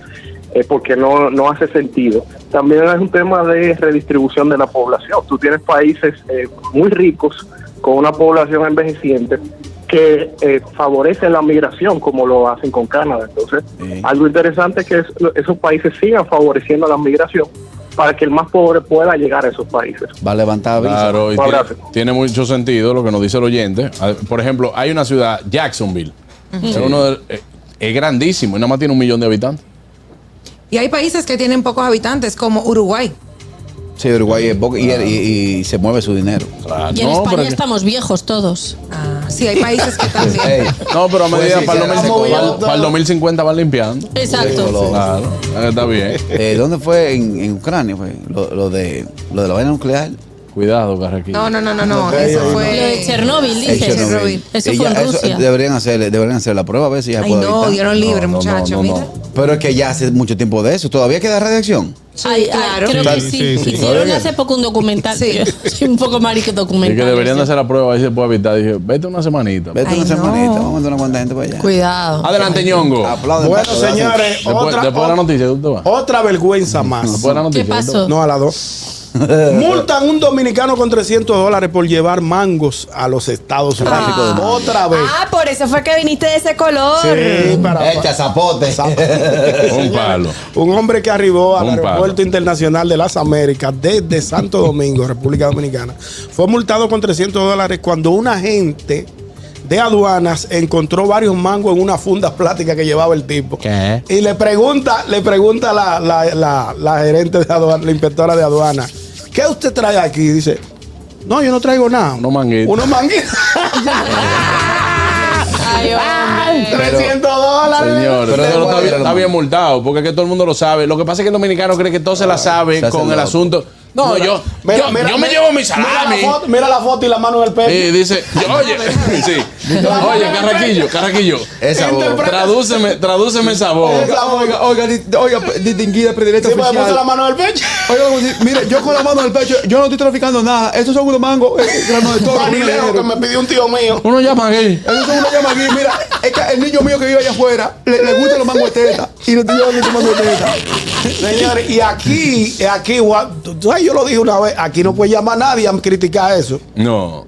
Speaker 10: eh, porque no, no hace sentido. También es un tema de redistribución de la población. Tú tienes países eh, muy ricos con una población envejeciente que eh, favorece la migración como lo hacen con Canadá. Entonces, algo interesante es que es- esos países sigan favoreciendo la migración para que el más pobre pueda llegar a esos países.
Speaker 4: Va a levantar visa.
Speaker 1: Claro, y
Speaker 10: Un
Speaker 1: tiene,
Speaker 10: abrazo.
Speaker 1: tiene mucho sentido lo que nos dice el oyente. A- Por ejemplo, hay una ciudad, Jacksonville.
Speaker 9: Ujú.
Speaker 1: es,
Speaker 9: Sí.
Speaker 1: uno de- eh, es grandísimo y nada más tiene un millón de habitantes.
Speaker 9: Y hay países que tienen pocos habitantes, como Uruguay.
Speaker 4: Sí, Uruguay es poco y, y- y se mueve su dinero.
Speaker 6: Y en España estamos viejos todos.
Speaker 9: Ah, sí, hay países
Speaker 6: <laughs>
Speaker 9: que también.
Speaker 1: No, pero a
Speaker 4: Pues
Speaker 1: medida
Speaker 4: sí,
Speaker 1: para,
Speaker 4: se
Speaker 1: el
Speaker 4: la
Speaker 1: 2050
Speaker 4: movió
Speaker 1: para- para el 2050 van limpiando.
Speaker 6: Exacto.
Speaker 1: Claro, Ah, está bien.
Speaker 4: Eh, ¿Dónde fue? En, en Ucrania fue. Lo, lo de, lo de la vaina nuclear.
Speaker 1: Cuidado, Carraquillo.
Speaker 9: No, no, no, no, no.
Speaker 4: Pero
Speaker 9: Eso
Speaker 4: ahí,
Speaker 9: fue.
Speaker 6: Lo de Chernobyl,
Speaker 4: en
Speaker 6: dices.
Speaker 4: Chernobyl.
Speaker 6: Eso
Speaker 4: Y
Speaker 6: fue
Speaker 4: ya
Speaker 6: en Rusia.
Speaker 4: deberían, hacer, deberían hacer la prueba a ver si ya
Speaker 9: Ay,
Speaker 4: puede
Speaker 9: no,
Speaker 4: evitar.
Speaker 9: dieron libre, muchachos.
Speaker 1: no,
Speaker 9: mira.
Speaker 4: Pero es que ya hace mucho tiempo de eso. ¿Todavía queda radiación?
Speaker 6: Ay, ay, creo que sí.
Speaker 4: Sí, sí, sí.
Speaker 6: Hicieron
Speaker 4: Oye.
Speaker 6: hace poco un documental. <laughs> Sí, un poco marico
Speaker 1: Y
Speaker 6: documental.
Speaker 1: que deberían de
Speaker 6: sí.
Speaker 1: hacer la prueba, ahí se puede evitar. Dije, vete una semanita.
Speaker 4: Vete una semanita. Vamos a mandar una cuanta gente para allá.
Speaker 6: Cuidado.
Speaker 1: Adelante, ñongo.
Speaker 4: Aplauden.
Speaker 3: Bueno,
Speaker 4: aplauden.
Speaker 3: señores,
Speaker 1: Después,
Speaker 3: otra,
Speaker 1: después de la noticia, ¿tú te vas?
Speaker 3: otra
Speaker 1: <laughs>
Speaker 3: vergüenza más.
Speaker 1: Después de la noticia. ¿tú te vas?
Speaker 6: pasó?
Speaker 3: No, a las
Speaker 1: <laughs>
Speaker 3: dos. Multan un dominicano con 300 dólares por llevar mangos a los Estados Unidos. Otra vez.
Speaker 12: Ah, por eso fue que viniste de ese color.
Speaker 3: Sí, para-
Speaker 4: Echa zapote.
Speaker 1: <laughs> Un palo.
Speaker 3: Un hombre que arribó al
Speaker 1: Un palo.
Speaker 3: aeropuerto internacional de las Américas desde Santo Domingo, República Dominicana, fue multado con 300 dólares cuando un agente de aduanas encontró varios mangos en una funda plástica que llevaba el tipo.
Speaker 1: ¿Qué?
Speaker 3: Y le pregunta, le pregunta la, la- la- la gerente de aduana, la inspectora de aduana, ¿qué usted trae aquí? Y dice, no, yo no traigo nada.
Speaker 1: Unos manguitos.
Speaker 3: Unos manguitos.
Speaker 6: <laughs> Ay, hombre.
Speaker 3: 300 dólares.
Speaker 1: Señores,
Speaker 4: Pero
Speaker 1: pero
Speaker 4: da
Speaker 1: está,
Speaker 4: igual,
Speaker 1: bien, está
Speaker 4: hermano.
Speaker 1: bien multado, porque es que todo el mundo lo sabe. Lo que pasa es que el dominicano cree que todo se la sabe
Speaker 4: se hace
Speaker 1: con el
Speaker 4: loco.
Speaker 1: asunto. No, yo,
Speaker 3: Mira,
Speaker 1: yo,
Speaker 3: mira,
Speaker 1: yo me
Speaker 3: mira-
Speaker 1: llevo mi
Speaker 3: Mira la,
Speaker 1: salami.
Speaker 3: foto, mira la foto y la mano del
Speaker 1: <laughs>
Speaker 3: pecho.
Speaker 1: Y dice, yo, oye, <laughs> sí. Oye, Carraquillo, Carraquillo.
Speaker 4: Esa voz.
Speaker 1: Tradúceme, tradúceme esa voz.
Speaker 2: Oiga, oiga, oiga, di-
Speaker 3: <laughs>
Speaker 2: oiga, distinguida, predilecta
Speaker 3: Sí, pues, le puso la
Speaker 2: oficial.
Speaker 3: mano del pecho.
Speaker 2: Oiga, como si- mire, yo con la mano del pecho, yo no estoy traficando nada. Estos son unos mangos, eh,
Speaker 3: <laughs>
Speaker 2: grano de toro. mira,
Speaker 3: Panileo que me pidió un tío mío.
Speaker 1: Uno llama gay.
Speaker 2: Esos son unos llamas aquí, mira. Es que el niño mío que vive allá afuera, le, le gustan los mangos de teta. Y no estoy llevando los mangos de teta.
Speaker 3: Señores, y aquí, y aquí, gua- tú- tú sabes, yo lo dije una vez, aquí no puede llamar a nadie a criticar eso.
Speaker 1: No.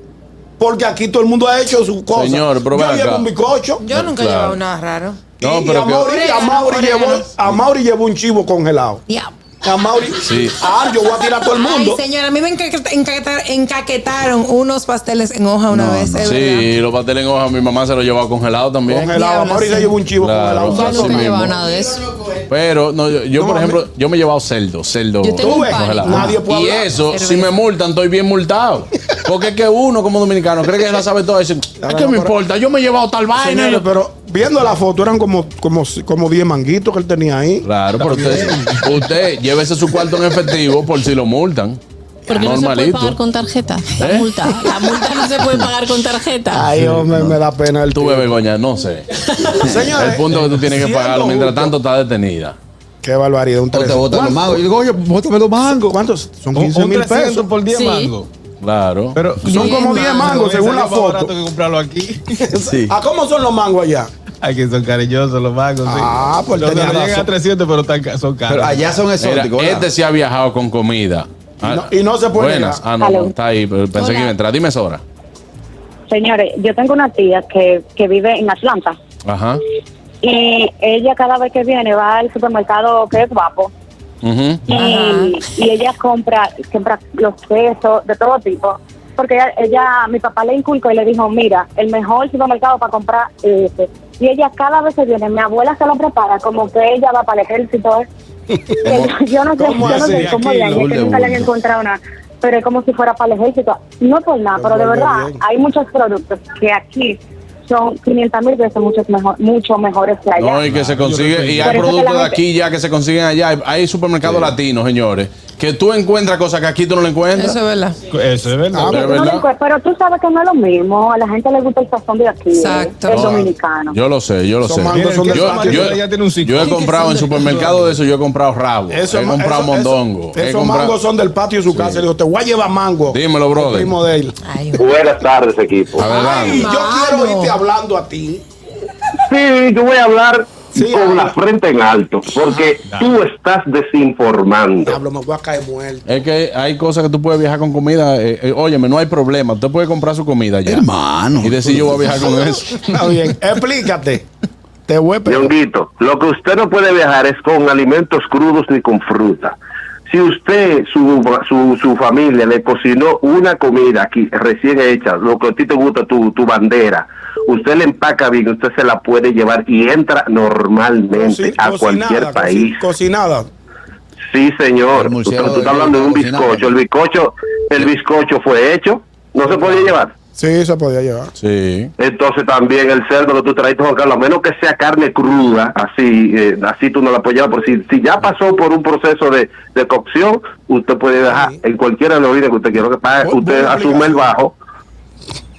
Speaker 3: Porque aquí todo el mundo ha hecho su cosa.
Speaker 1: Señor, pero
Speaker 3: yo
Speaker 1: ven
Speaker 3: llevo
Speaker 1: acá.
Speaker 3: un bizcocho.
Speaker 9: Yo nunca
Speaker 1: Claro.
Speaker 9: llevaba nada raro.
Speaker 1: No,
Speaker 3: y- y
Speaker 1: pero
Speaker 3: a
Speaker 1: que-
Speaker 3: Mauri, a Mauri llevó, a Mauri llevó un chivo congelado.
Speaker 9: Ya.
Speaker 3: A Mauri.
Speaker 1: Sí.
Speaker 3: Ah, yo voy a tirar a todo el mundo.
Speaker 9: Ay, señora, a mí me encaqueta- encaquetar- encaquetaron unos pasteles en hoja una
Speaker 4: No,
Speaker 9: vez.
Speaker 4: no.
Speaker 9: es verdad.
Speaker 1: Sí, los pasteles en hoja, mi mamá se los llevaba congelado también.
Speaker 3: Congelado. A
Speaker 9: Diablo,
Speaker 3: Mauri
Speaker 9: sí.
Speaker 3: se llevó un chivo
Speaker 1: Claro,
Speaker 3: congelado.
Speaker 1: así
Speaker 6: Yo nunca he
Speaker 1: mismo.
Speaker 6: llevado nada de eso.
Speaker 1: Pero no, yo, yo, por ejemplo, yo me he llevado cerdo, cerdo.
Speaker 6: Yo tengo
Speaker 3: Tú ves,
Speaker 1: Ojalá.
Speaker 3: nadie puede
Speaker 1: y
Speaker 3: hablar.
Speaker 1: eso,
Speaker 9: Cerveza.
Speaker 1: si me multan, estoy bien multado. Porque es que uno como dominicano cree que se la sabe todo. Dice, es que me importa, yo me he llevado tal vaina.
Speaker 3: Señores, pero viendo la foto eran como, como, como 10 manguitos que él tenía ahí.
Speaker 1: Claro, pero usted, usted llévese su cuarto en efectivo por si lo multan.
Speaker 6: Porque no se puede pagar con tarjeta. La
Speaker 1: ¿Eh?
Speaker 6: multa. La multa no se puede pagar con tarjeta.
Speaker 3: Ay, hombre, me da pena el
Speaker 1: Tú,
Speaker 3: tío.
Speaker 1: bebé Goña, no sé.
Speaker 3: Señores,
Speaker 1: El punto que tú tienes que
Speaker 3: siendo
Speaker 1: pagarlo. Mientras
Speaker 3: justo.
Speaker 1: tanto, está detenida.
Speaker 3: Qué barbaridad, un
Speaker 4: O te
Speaker 3: 300.
Speaker 4: botan los mangos. Y digo,
Speaker 1: pues,
Speaker 4: oye, bótame los mangos.
Speaker 3: ¿Cuántos? Son
Speaker 2: Oh,
Speaker 5: Un,
Speaker 3: 15
Speaker 5: un
Speaker 3: mil
Speaker 5: 300
Speaker 3: pesos.
Speaker 5: por 10
Speaker 6: Sí.
Speaker 5: mangos.
Speaker 1: Claro.
Speaker 5: Pero
Speaker 3: Son como 10 mangos, según la
Speaker 5: Más barato
Speaker 3: foto.
Speaker 5: que comprarlo <laughs> aquí.
Speaker 4: Sí.
Speaker 3: ¿A cómo son los mangos allá?
Speaker 5: Aquí son cariñosos los mangos. sí.
Speaker 3: Ah, pues
Speaker 5: Los
Speaker 3: tenía
Speaker 5: que no llegan
Speaker 3: razón.
Speaker 5: a 300, pero tan ca- son caros.
Speaker 4: Pero allá son
Speaker 1: Mira,
Speaker 4: exóticos. ¿verdad?
Speaker 1: este sí ha viajado con comida.
Speaker 3: no- y no se puede
Speaker 1: Buenas.
Speaker 3: negar.
Speaker 1: Ah, no,
Speaker 11: Aló.
Speaker 1: no, está ahí. pero Pensé
Speaker 6: Hola.
Speaker 1: que iba a entrar. Dime, Sora.
Speaker 11: Señores, yo tengo una tía que, que vive en Atlanta
Speaker 1: Ajá.
Speaker 11: y ella cada vez que viene va al supermercado que es guapo
Speaker 1: Ujú.
Speaker 11: y, y ella compra, compra los quesos de todo tipo. Porque ella, ella- mi papá le inculcó y le dijo, mira, el mejor supermercado para comprar es este. Y ella cada vez que viene, mi abuela se lo prepara, como que ella va para el ejército. ¿eh? Yo- yo no sé,
Speaker 5: ¿Cómo
Speaker 11: yo no
Speaker 5: así?
Speaker 11: sé cómo
Speaker 5: Aquí,
Speaker 11: le han hecho,
Speaker 5: doble
Speaker 11: nunca le han
Speaker 5: bulto.
Speaker 11: encontrado nada. Pero es como si fuera para el ejército. No por nada,
Speaker 3: Pues
Speaker 11: pero de
Speaker 3: vuelve
Speaker 11: verdad,
Speaker 3: bien.
Speaker 11: hay muchos productos que aquí son 500 mil veces mucho, mejor, mucho mejores que allá.
Speaker 1: No, y que se consigue, y
Speaker 11: Por
Speaker 1: hay
Speaker 11: eso que
Speaker 1: productos
Speaker 11: la
Speaker 1: de
Speaker 11: gente-
Speaker 1: aquí ya que se consiguen allá. Hay- Hay supermercados latinos, señores, que tú encuentras cosas que aquí tú no lo encuentras.
Speaker 9: Eso es verdad.
Speaker 5: Eso es verdad.
Speaker 1: Ah, pero
Speaker 11: Pero, tú no
Speaker 1: ¿verdad?
Speaker 11: lo encuent- pero tú sabes que no es lo mismo. A la gente le gusta el sazón de aquí. eh,
Speaker 9: Exacto.
Speaker 11: El
Speaker 1: No,
Speaker 11: dominicano.
Speaker 1: Yo lo sé, yo lo
Speaker 3: Son
Speaker 1: sé.
Speaker 3: mangos, son
Speaker 1: yo,
Speaker 3: de patio,
Speaker 1: yo-
Speaker 5: pero ya tiene un ciclo.
Speaker 1: yo he comprado en supermercados de eso, yo he comprado rabo, he
Speaker 3: ma-
Speaker 1: comprado
Speaker 3: eso-
Speaker 1: mondongo.
Speaker 3: eso-
Speaker 1: he
Speaker 3: Esos
Speaker 1: comprado-
Speaker 3: mangos son del patio de su casa. Le dijo, te voy a llevar mango.
Speaker 1: Dímelo,
Speaker 3: El
Speaker 1: brother.
Speaker 3: Primo de él.
Speaker 9: Ay,
Speaker 10: Buenas tardes, equipo.
Speaker 1: Adelante.
Speaker 3: Ay, yo
Speaker 9: Mano.
Speaker 3: quiero irte hablando a ti.
Speaker 10: Sí, yo voy a hablar
Speaker 3: Sí,
Speaker 13: con
Speaker 3: habla.
Speaker 13: la frente en alto,
Speaker 2: Ah,
Speaker 13: porque tú estás desinformando.
Speaker 3: Diablo, me voy a caer muerto.
Speaker 1: Es que hay cosas que tú puedes viajar con comida. eh, eh, óyeme, no hay problema. Usted puede comprar su comida ya.
Speaker 4: Hermano.
Speaker 1: Y decir yo voy a viajar
Speaker 4: <laughs>
Speaker 1: con eso.
Speaker 3: Está bien, explícate. Te voy a pegar.
Speaker 13: Ñonguito, lo que usted no puede viajar es con alimentos crudos ni con fruta. Si usted, su, su, su familia le cocinó una comida aquí recién hecha, lo que a ti te gusta, tu, tu bandera, usted le empaca bien, usted se la puede llevar y entra
Speaker 3: Coci-
Speaker 13: normalmente <laughs> a cualquier
Speaker 3: cocinada, coci-
Speaker 13: país.
Speaker 3: cocinada.
Speaker 13: Sí, señor.
Speaker 4: El
Speaker 13: Usted,
Speaker 4: murciélago
Speaker 13: tú
Speaker 4: de
Speaker 13: estás hablando de un
Speaker 4: cocinada.
Speaker 13: bizcocho. El bizcocho, el bizcocho fue hecho, no se podía llevar.
Speaker 3: Sí, se podía llevar.
Speaker 1: Sí.
Speaker 13: Entonces también el cerdo que tú trajiste, Juan Carlos, a menos que sea carne cruda, así eh, así tú no la apoyabas, pero si, si ya pasó por un proceso de, de cocción, usted puede dejar en cualquiera de los vídeos que usted quiera que pague,
Speaker 1: Pues
Speaker 3: Bu-
Speaker 13: usted
Speaker 3: buena
Speaker 13: asume el bajo.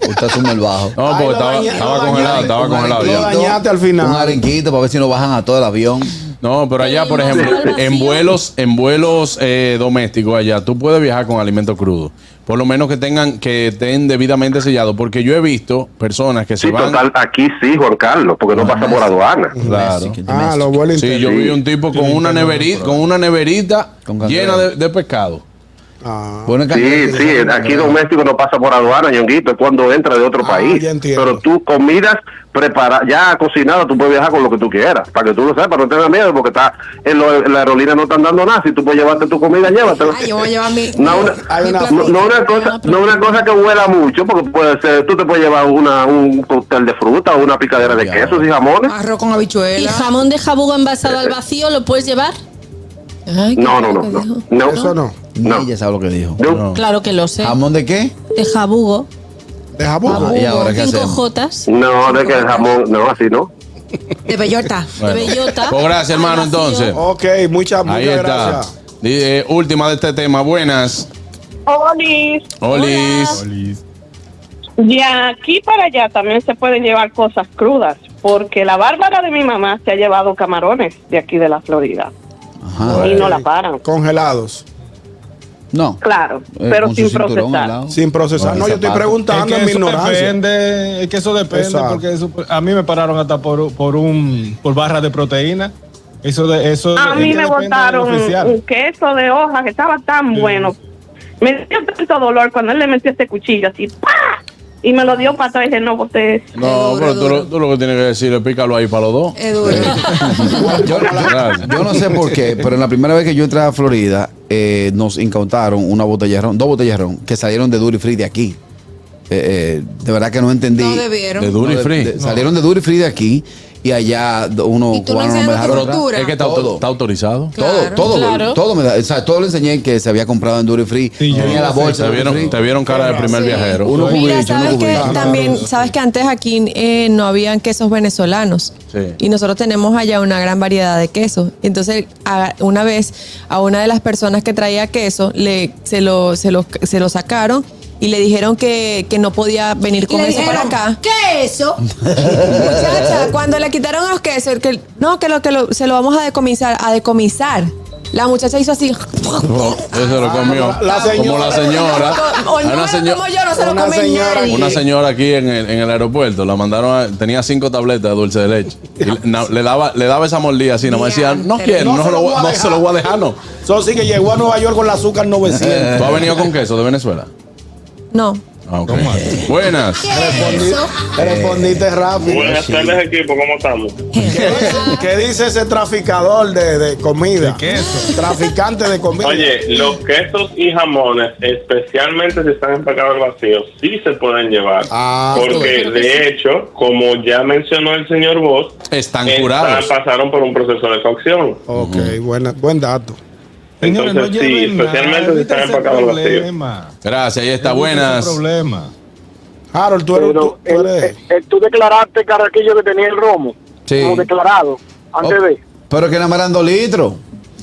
Speaker 4: Usted asume el bajo.
Speaker 1: No,
Speaker 3: Ay,
Speaker 1: porque
Speaker 3: lo
Speaker 1: estaba,
Speaker 3: dañé,
Speaker 1: estaba
Speaker 3: lo
Speaker 1: congelado,
Speaker 3: dañé.
Speaker 1: estaba
Speaker 4: Un
Speaker 1: congelado
Speaker 3: Lo
Speaker 1: ya.
Speaker 4: arenquito,
Speaker 3: dañito al final.
Speaker 4: Un arenquito para ver si no bajan a todo el avión.
Speaker 1: No, pero allá, por
Speaker 6: Sí, al
Speaker 1: ejemplo,
Speaker 6: vacío.
Speaker 1: en vuelos, en vuelos eh, domésticos allá, tú puedes viajar con alimento crudo. Por lo menos que tengan, que estén debidamente sellados. Porque yo he visto personas que se
Speaker 13: Sí,
Speaker 1: van.
Speaker 13: total, aquí sí, Juan Carlos, porque no pasa por aduana.
Speaker 1: Claro.
Speaker 3: Ah, los vuelos
Speaker 1: Sí,
Speaker 3: internos.
Speaker 1: yo vi un tipo con una neverita, con una neverita
Speaker 4: Con cangrejo.
Speaker 1: llena de, de pescado.
Speaker 3: Ah.
Speaker 4: Bueno,
Speaker 13: Sí, sí, aquí doméstico no pasa por aduana, ñonguito, es cuando entra de otro
Speaker 3: Ah,
Speaker 13: país.
Speaker 3: ya entiendo.
Speaker 13: Pero tú comidas preparadas, ya cocinadas, tú puedes viajar con lo que tú quieras, para que tú lo sepas, no tengas miedo, porque está en, lo- en la aerolínea no están dando nada, si tú puedes llevarte tu comida, llévatela.
Speaker 9: Ay, yo voy a llevar mi.
Speaker 13: No una,
Speaker 3: Hay una-
Speaker 13: no- no una cosa, no una cosa que huela mucho, porque puede ser, tú te puedes llevar una, un cóctel de fruta o una picadera de
Speaker 4: Ya.
Speaker 13: quesos y jamones.
Speaker 9: Arroz con
Speaker 6: ¿Y
Speaker 9: habichuela.
Speaker 6: jamón de jabugo envasado al vacío lo puedes llevar? Ay, qué
Speaker 13: No, no,
Speaker 6: rico
Speaker 13: no,
Speaker 6: que
Speaker 13: no.
Speaker 6: dijo.
Speaker 13: no.
Speaker 3: Eso no.
Speaker 13: No.
Speaker 4: Ella sabe lo que dijo.
Speaker 13: Yo-
Speaker 6: Claro que lo sé.
Speaker 4: ¿Jamón de qué?
Speaker 6: De jabugo.
Speaker 3: De Japón.
Speaker 4: Ah, ¿Y ahora qué
Speaker 6: Cinco
Speaker 4: hacemos?
Speaker 6: jotas.
Speaker 13: No, de que el jamón, no, así no.
Speaker 9: De bellota.
Speaker 1: Bueno.
Speaker 6: bellota.
Speaker 1: Pues gracias, hermano,
Speaker 6: Al vacío.
Speaker 1: entonces.
Speaker 3: Ok, Ah, muchas, muchas
Speaker 1: Ahí está.
Speaker 3: gracias.
Speaker 1: Di- eh, última de este tema. Buenas.
Speaker 11: Olis,
Speaker 1: Olis.
Speaker 11: de aquí para allá también se pueden llevar cosas crudas, porque la Bárbara de mi mamá se ha llevado camarones de aquí de la Florida
Speaker 4: Ajá.
Speaker 11: y no la paran.
Speaker 3: Congelados.
Speaker 4: No.
Speaker 11: Claro,
Speaker 4: Eh,
Speaker 11: pero
Speaker 4: con su
Speaker 11: sin
Speaker 4: cinturón al
Speaker 11: procesar.
Speaker 4: lado.
Speaker 3: Sin procesar.
Speaker 4: Con
Speaker 3: No,
Speaker 4: el
Speaker 3: yo estoy
Speaker 4: zapato.
Speaker 3: preguntando en mi
Speaker 5: eso
Speaker 3: ignorancia.
Speaker 5: depende, es que eso depende,
Speaker 3: Exacto.
Speaker 5: porque eso- a mí me pararon hasta por, por un por barra de proteína. Eso de eso
Speaker 11: A
Speaker 5: es
Speaker 11: mí
Speaker 5: que
Speaker 11: me
Speaker 5: depende del
Speaker 11: botaron
Speaker 5: oficial.
Speaker 11: un queso de hoja que estaba tan bueno. Me dio tanto dolor cuando él le metió este cuchillo así, ¡pa! Y me lo dio para atrás y dije, no, boté eso.
Speaker 1: No,
Speaker 9: duro,
Speaker 1: pero tú,
Speaker 9: duro.
Speaker 1: lo- tú lo que tienes que decir es pícalo ahí para los dos. Eh,
Speaker 9: Es duro.
Speaker 1: <laughs>
Speaker 4: Yo,
Speaker 1: Gracias.
Speaker 4: yo no sé por qué,
Speaker 1: <laughs>
Speaker 4: pero en la primera vez que yo entré a Florida, eh, nos incautaron una botella de ron, dos botellas de ron, que salieron de Duty Free de aquí. Eh, eh, de verdad que no entendí.
Speaker 9: No
Speaker 1: De
Speaker 9: debieron.
Speaker 1: Duty
Speaker 4: No, de-
Speaker 1: Free.
Speaker 4: de- Salieron de Duty Free de aquí y allá do- uno
Speaker 9: ¿Y tú no
Speaker 4: cubano me
Speaker 9: enseñaste
Speaker 4: dejaron
Speaker 9: tu
Speaker 4: entrar.
Speaker 9: cultura?
Speaker 1: Es que está, auto-
Speaker 4: Todo.
Speaker 1: está autorizado.
Speaker 4: Todo,
Speaker 9: Claro,
Speaker 4: todo,
Speaker 6: claro.
Speaker 4: todo me da, o sea, todo lo enseñé que se había comprado en Duty Free.
Speaker 5: Sí, yo
Speaker 4: Tenía
Speaker 5: no
Speaker 4: la
Speaker 5: sé,
Speaker 1: Te
Speaker 4: bolsa. de Duty
Speaker 1: vieron, te
Speaker 4: Free.
Speaker 1: vieron cara de primer
Speaker 9: Sí.
Speaker 1: viajero.
Speaker 4: Uno
Speaker 12: Mira,
Speaker 4: cubicho, uno
Speaker 12: sabes que
Speaker 1: Ah,
Speaker 4: cubicho.
Speaker 12: también, sabes que antes aquí eh, no habían quesos venezolanos
Speaker 1: Sí.
Speaker 12: y nosotros tenemos allá una gran variedad de quesos. Y Entonces, a- una vez a una de las personas que traía queso le se lo se lo, se lo sacaron y le dijeron que, que no podía venir
Speaker 9: Y
Speaker 12: con
Speaker 9: le
Speaker 12: eso para
Speaker 9: dijeron,
Speaker 12: acá.
Speaker 9: ¿qué es
Speaker 1: <laughs>
Speaker 9: eso?
Speaker 12: Muchacha, cuando le quitaron los quesos, que, no, que lo que lo- se lo vamos a decomisar, a decomisar. La muchacha hizo así. <laughs>
Speaker 1: Eso lo comió.
Speaker 3: la
Speaker 1: como la señora.
Speaker 12: O
Speaker 1: Hay una
Speaker 12: no,
Speaker 1: seño-
Speaker 12: <laughs> como yo, no se lo
Speaker 3: una
Speaker 12: come
Speaker 3: señora
Speaker 12: nadie.
Speaker 1: Una señora aquí en el, en el aeropuerto la mandaron a- tenía cinco tabletas de dulce de leche. Y le, na- le daba, le daba esa mordida así, nomás decía, no
Speaker 9: Diantre.
Speaker 1: quiero, no, se lo, voy- no
Speaker 3: dejar.
Speaker 1: se lo voy a dejar, no.
Speaker 3: Eso sí que llegó a Nueva York con el azúcar 900.
Speaker 1: Eh. <laughs> ¿Tú has venido con queso de Venezuela?
Speaker 12: No.
Speaker 1: Ah, ok. Buenas.
Speaker 9: Eso.
Speaker 3: Te Respondiste rápido.
Speaker 10: Buenas tardes, equipo, ¿cómo estamos?
Speaker 3: ¿Qué, dice- qué dice ese traficador de, de comida?
Speaker 5: ¿De queso?
Speaker 3: Traficante de comida.
Speaker 10: Oye, los quesos y jamones, especialmente si están empacados al vacío, sí se pueden llevar.
Speaker 3: Ah,
Speaker 10: porque de hecho, como ya mencionó el señor Vos,
Speaker 1: Están
Speaker 10: están-
Speaker 1: curados.
Speaker 10: pasaron por un proceso de cocción.
Speaker 3: Ok, buena, buen dato.
Speaker 5: Señores, no
Speaker 10: Entonces, sí,
Speaker 5: lleven nada,
Speaker 10: especialmente si
Speaker 5: eviten
Speaker 10: están
Speaker 5: ese
Speaker 10: empacados al vacío.
Speaker 5: problema.
Speaker 1: Gracias, ahí está.
Speaker 5: Eviten ese
Speaker 1: Buenas.
Speaker 5: problema.
Speaker 3: Harold, tú eres.
Speaker 10: Pero
Speaker 3: tú- tú eres-
Speaker 10: tú declaraste, Carraquillo, que tenía el romo.
Speaker 4: Sí. como
Speaker 10: declarado,
Speaker 4: antes de- Pero que nada más eran dos litros.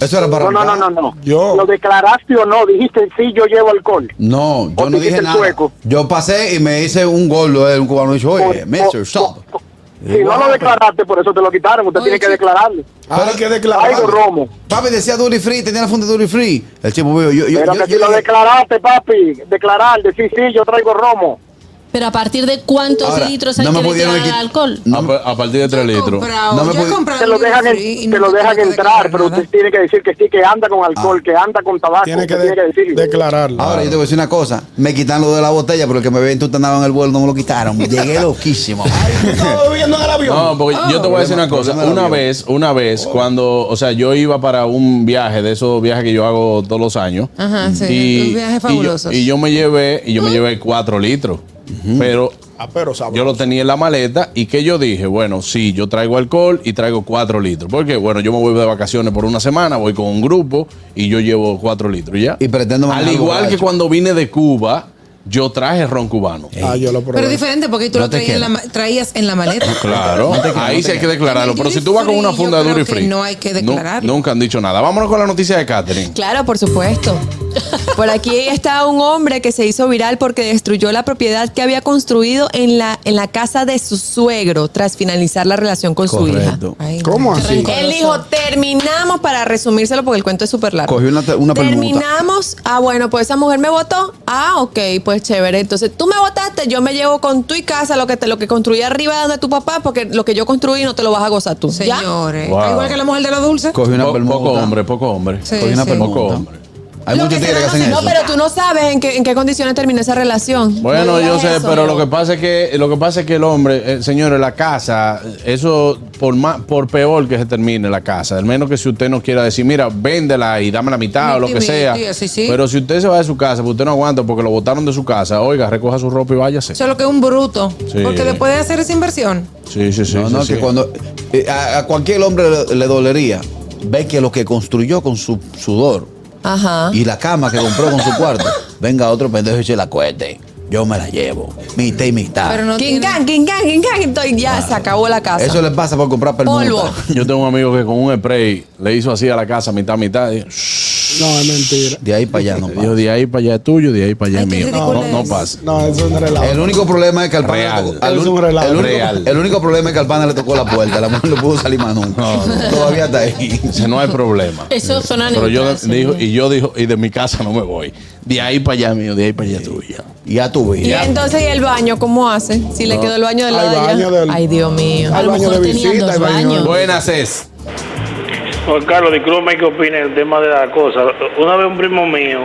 Speaker 4: Eso era para.
Speaker 10: No, no, no,
Speaker 4: arrancar.
Speaker 10: no, no.
Speaker 3: Yo.
Speaker 10: Lo declaraste o no, dijiste sí, yo llevo alcohol.
Speaker 4: No, yo
Speaker 10: ¿O
Speaker 4: no
Speaker 10: dijiste
Speaker 4: dije
Speaker 10: el
Speaker 4: nada.
Speaker 10: sueco?
Speaker 4: Yo pasé y me hice un gordo de un cubano y dijo, oye,
Speaker 10: O-
Speaker 4: Mr.
Speaker 10: o-
Speaker 4: Stop.
Speaker 10: o- Si no lo declaraste, por eso te lo quitaron. Usted tiene que declararlo.
Speaker 3: Ahora hay que declarar.
Speaker 10: Algo romo.
Speaker 4: Papi decía Duty Free, tenía la funda Duty Free. El chico vio, yo, yo,
Speaker 10: Pero
Speaker 4: yo-
Speaker 10: que si
Speaker 4: yo
Speaker 10: lo
Speaker 4: dije,
Speaker 10: declaraste, papi, declarar, decir sí, yo traigo romo.
Speaker 6: Pero a partir de cuántos
Speaker 1: Ahora,
Speaker 6: litros hay
Speaker 1: no me
Speaker 6: que
Speaker 1: pudieron
Speaker 6: retirar el
Speaker 1: quitar-
Speaker 6: alcohol.
Speaker 1: A, pa- a partir de 3 litros.
Speaker 10: No me puede- te lo dejan, en- te lo dejan entrar, pero usted tiene que decir que sí, que anda con
Speaker 3: Ah.
Speaker 10: alcohol, que anda con tabaco. usted tiene que decir.
Speaker 3: declararlo.
Speaker 4: Ahora, yo te voy a decir una cosa. Me quitan lo de la botella, pero el que me ven tú andaba en el vuelo no me
Speaker 10: <laughs>
Speaker 4: lo quitaron. Llegué loquísimo.
Speaker 1: No, porque yo te
Speaker 3: Ah.
Speaker 1: voy a decir una cosa. Una vez, una vez,
Speaker 3: Oh.
Speaker 1: cuando, o sea, yo iba para un viaje, de esos viajes que yo hago todos los años.
Speaker 9: Ajá, sí, los viajes
Speaker 1: yo-
Speaker 9: fabulosos.
Speaker 1: Y yo, me llevé, y yo
Speaker 9: Ah.
Speaker 1: me llevé cuatro litros. Pero
Speaker 3: Ah,
Speaker 1: yo lo tenía en la maleta y que yo dije, bueno, sí, yo traigo alcohol y traigo cuatro litros. Porque, bueno, yo me voy de vacaciones por una semana, voy con un grupo y yo llevo cuatro litros ya. Y
Speaker 4: pretendo
Speaker 1: Al
Speaker 4: manejar
Speaker 1: igual que
Speaker 4: borracho.
Speaker 1: cuando vine de Cuba, yo traje ron cubano.
Speaker 3: Ah, yo lo
Speaker 9: Pero es diferente porque tú
Speaker 1: No
Speaker 9: lo
Speaker 1: te
Speaker 9: traías en, la, ma- traías en la maleta.
Speaker 1: <coughs> Claro,
Speaker 9: No te creo,
Speaker 1: ahí
Speaker 9: no te
Speaker 1: sí hay que
Speaker 9: creo.
Speaker 1: declararlo. Pero si tú vas con una funda de
Speaker 9: creo
Speaker 1: Duri
Speaker 9: que
Speaker 1: Free.
Speaker 9: no hay que
Speaker 1: nu-
Speaker 9: declararlo.
Speaker 1: Nunca han dicho nada. Vámonos con la noticia de Catherine.
Speaker 12: Claro, por supuesto. Por aquí está un hombre que se hizo viral porque destruyó la propiedad que había construido en la, en la casa de su suegro tras finalizar la relación con su hija.
Speaker 4: Correcto.
Speaker 3: ¿Cómo
Speaker 4: así?
Speaker 12: Él dijo, terminamos, para resumírselo porque el cuento es súper largo.
Speaker 4: Cogió una, una permuta.
Speaker 12: Terminamos. Ah, bueno, pues esa mujer me votó. Ah, ok, pues chévere. Entonces tú me votaste, yo me llevo con tu y casa lo que te, lo que construí arriba de tu papá, porque lo que yo construí no te lo vas a gozar tú. ¿ya?
Speaker 9: Señores,
Speaker 1: Wow.
Speaker 9: igual que la mujer de los dulces.
Speaker 1: Coge una Poco hombre, poco hombre.
Speaker 9: Sí, Cogió una sí.
Speaker 1: Poco
Speaker 4: permuta.
Speaker 1: hombre.
Speaker 4: Hay muchos tigres que hacen
Speaker 12: No,
Speaker 4: eso.
Speaker 12: pero tú no sabes en qué, en qué condiciones terminó esa relación. No
Speaker 1: Bueno, yo
Speaker 12: digas
Speaker 1: sé,
Speaker 12: eso.
Speaker 1: pero lo que pasa es que lo que pasa es que el hombre, eh, señores, la casa, eso por más, por peor que se termine la casa, al menos que si usted no quiera decir, mira, véndela y dame la mitad o lo que
Speaker 9: Miti,
Speaker 1: sea.
Speaker 9: miti, sí, sí.
Speaker 1: Pero si usted se va de su casa, porque usted no aguanta porque lo botaron de su casa, oiga, recoja su ropa y váyase.
Speaker 9: Eso es lo que es un bruto.
Speaker 1: Sí.
Speaker 9: Porque después de hacer esa inversión,
Speaker 1: Sí, sí, sí.
Speaker 4: No, no,
Speaker 1: sí,
Speaker 4: que
Speaker 1: sí.
Speaker 4: cuando. eh, a, a cualquier hombre le, le dolería ver que lo que construyó con su sudor
Speaker 12: Ajá.
Speaker 4: y la cama que compró con su cuarto, venga otro pendejo y se la cueste. Yo me la llevo. Mitad y mitad.
Speaker 12: Pero no Quincán, quincán, quincán, entonces ya se acabó la casa.
Speaker 4: Eso le pasa por comprar permuta.
Speaker 12: Polvo.
Speaker 1: <laughs> Yo tengo un amigo que con un spray le hizo así a la casa, mitad, mitad. y-
Speaker 3: No, es mentira.
Speaker 4: De ahí para
Speaker 1: <laughs>
Speaker 4: allá no pasa.
Speaker 1: Dijo, de ahí para allá es tuyo, de ahí para allá es mío.
Speaker 3: ridículo
Speaker 1: No, no <laughs>
Speaker 3: es.
Speaker 1: pasa.
Speaker 3: No, eso es un relajo.
Speaker 4: El único problema es que al pana
Speaker 1: Real.
Speaker 4: le tocó, al
Speaker 1: Es
Speaker 4: un-
Speaker 1: un relajo.
Speaker 4: el único-
Speaker 1: Real.
Speaker 4: el único problema es que al pana le tocó la puerta. La mujer no pudo salir más nunca. Todavía está ahí.
Speaker 1: Ese no hay problema.
Speaker 9: <laughs>
Speaker 6: Eso suena
Speaker 1: Pero yo
Speaker 6: neutral,
Speaker 1: dijo,
Speaker 6: señor.
Speaker 1: y yo dijo, y de mi casa no me voy. De ahí para allá mío, de ahí para allá tuya.
Speaker 4: Ya tuve.
Speaker 12: Y entonces, ¿y el baño cómo hace? Si le
Speaker 1: No.
Speaker 12: quedó el baño del
Speaker 1: Hay
Speaker 12: lado de allá.
Speaker 1: baño del-
Speaker 12: Ay, Dios mío.
Speaker 1: Hay A lo baño mejor de tenían visita, dos hay baño de- baños.
Speaker 14: Buenas,
Speaker 1: Cés.
Speaker 14: Juan Carlos, discúlpame que opine el tema de la cosa. Una vez un primo mío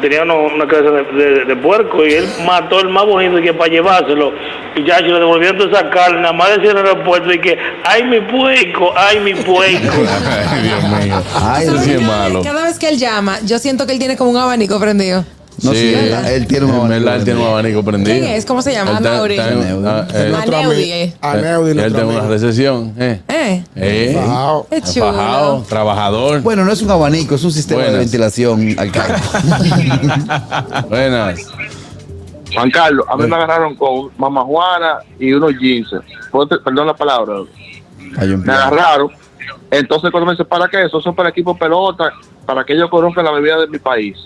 Speaker 14: tenía uno- una casa de, de- de puerco y él mató el más bonito que para llevárselo. Y ya se le devolvieron toda esa carne, nada más decía en el aeropuerto y que, ay mi puerco, ay mi puerco.
Speaker 1: <laughs> <laughs> Ay, Dios mío.
Speaker 4: Ay,
Speaker 1: eso sí es malo.
Speaker 9: cada vez que él llama, yo siento que él tiene como un abanico prendido.
Speaker 4: No, sí, él- él tiene un
Speaker 1: en
Speaker 4: abanico
Speaker 1: verdad, Él tiene un abanico prendido.
Speaker 9: ¿Quién es? ¿Cómo se llama?
Speaker 1: Él está-
Speaker 9: Anauri.
Speaker 1: está en- ah, eh,
Speaker 9: Nuestro amigo. Aneudi, eh.
Speaker 1: Él tiene una recesión. ¿eh?
Speaker 9: ¿Eh?
Speaker 1: <laughs> Eh.
Speaker 9: Fajao. Qué chulo.
Speaker 1: Fajao, trabajador.
Speaker 4: Bueno, no es un abanico, es un sistema de
Speaker 1: Buenas.
Speaker 4: ventilación al carro.
Speaker 1: Buenas. Eh.
Speaker 15: Juan Carlos, a mí me agarraron con mamá Juana y unos jeans. Puedo te- Perdón la palabra. Me agarraron. Entonces cuando me dice, ¿para qué? Eso son para equipo pelota, para que ellos conozcan la bebida de mi país.